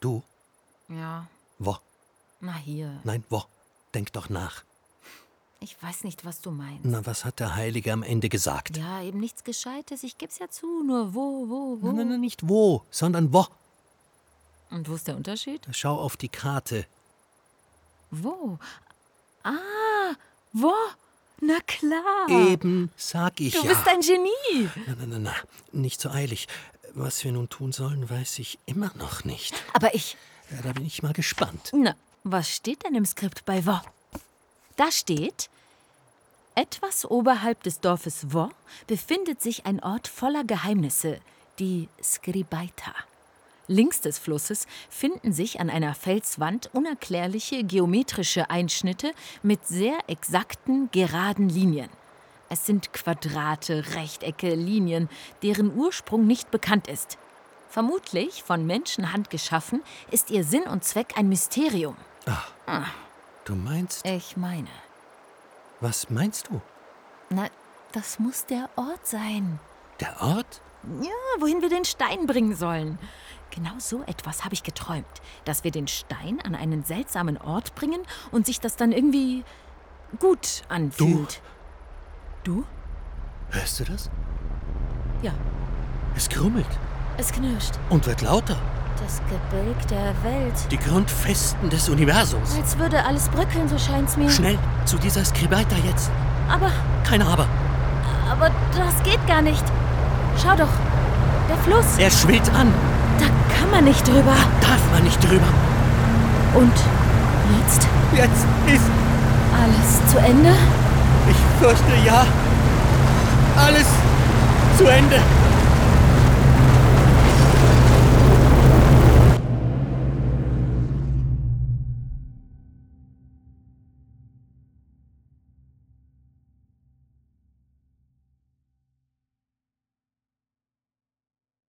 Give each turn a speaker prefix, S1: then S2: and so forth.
S1: Du?
S2: Ja.
S1: Wo?
S2: Na hier.
S1: Nein, wo? Denk doch nach.
S2: Ich weiß nicht, was du meinst.
S1: Na, was hat der Heilige am Ende gesagt?
S2: Ja, eben nichts Gescheites. Ich geb's ja zu. Nur wo, wo, wo.
S1: Nein, nein, nein, nicht wo, sondern wo.
S2: Und wo ist der Unterschied?
S1: Schau auf die Karte.
S2: Wo? Ah, wo? Na klar.
S1: Eben, sag ich
S2: Ah. du
S1: Äh, ja.
S2: bist ein Genie.
S1: Na, na, na, na, nicht so eilig. Was wir nun tun sollen, weiß ich immer noch nicht.
S2: Aber ich.
S1: Ja, da bin ich mal gespannt.
S2: Na, was steht denn im Skript bei wo? Da steht. Etwas oberhalb des Dorfes Wo befindet sich ein Ort voller Geheimnisse, die Skribaita. Links des Flusses finden sich an einer Felswand unerklärliche geometrische Einschnitte mit sehr exakten, geraden Linien. Es sind Quadrate, Rechtecke, Linien, deren Ursprung nicht bekannt ist. Vermutlich von Menschenhand geschaffen, ist ihr Sinn und Zweck ein Mysterium.
S1: Du meinst,
S2: Ich meine,
S1: was meinst du?
S2: na, das muss der Ort sein.
S1: Der Ort?
S2: Ja, wohin wir den Stein bringen sollen. Genau so etwas habe ich geträumt, dass wir den Stein an einen seltsamen Ort bringen und sich das dann irgendwie gut anfühlt. Du?
S1: Hörst du das?
S2: Ja,
S1: Es krummelt
S2: es knirscht.
S1: und wird lauter.
S3: Das Gebälk der Welt.
S1: Die Grundfesten des Universums.
S3: Als würde alles bröckeln, so scheint's mir.
S1: Schnell zu dieser Skribaita jetzt.
S3: Aber,
S1: Kein Aber.
S3: aber das geht gar nicht. Schau doch, der Fluss,
S1: Er schwillt an.
S3: da kann man nicht drüber.
S1: Darf man nicht drüber.
S3: Und jetzt
S1: Jetzt ist,
S3: alles zu Ende?
S1: ich fürchte ja, alles zu Ende.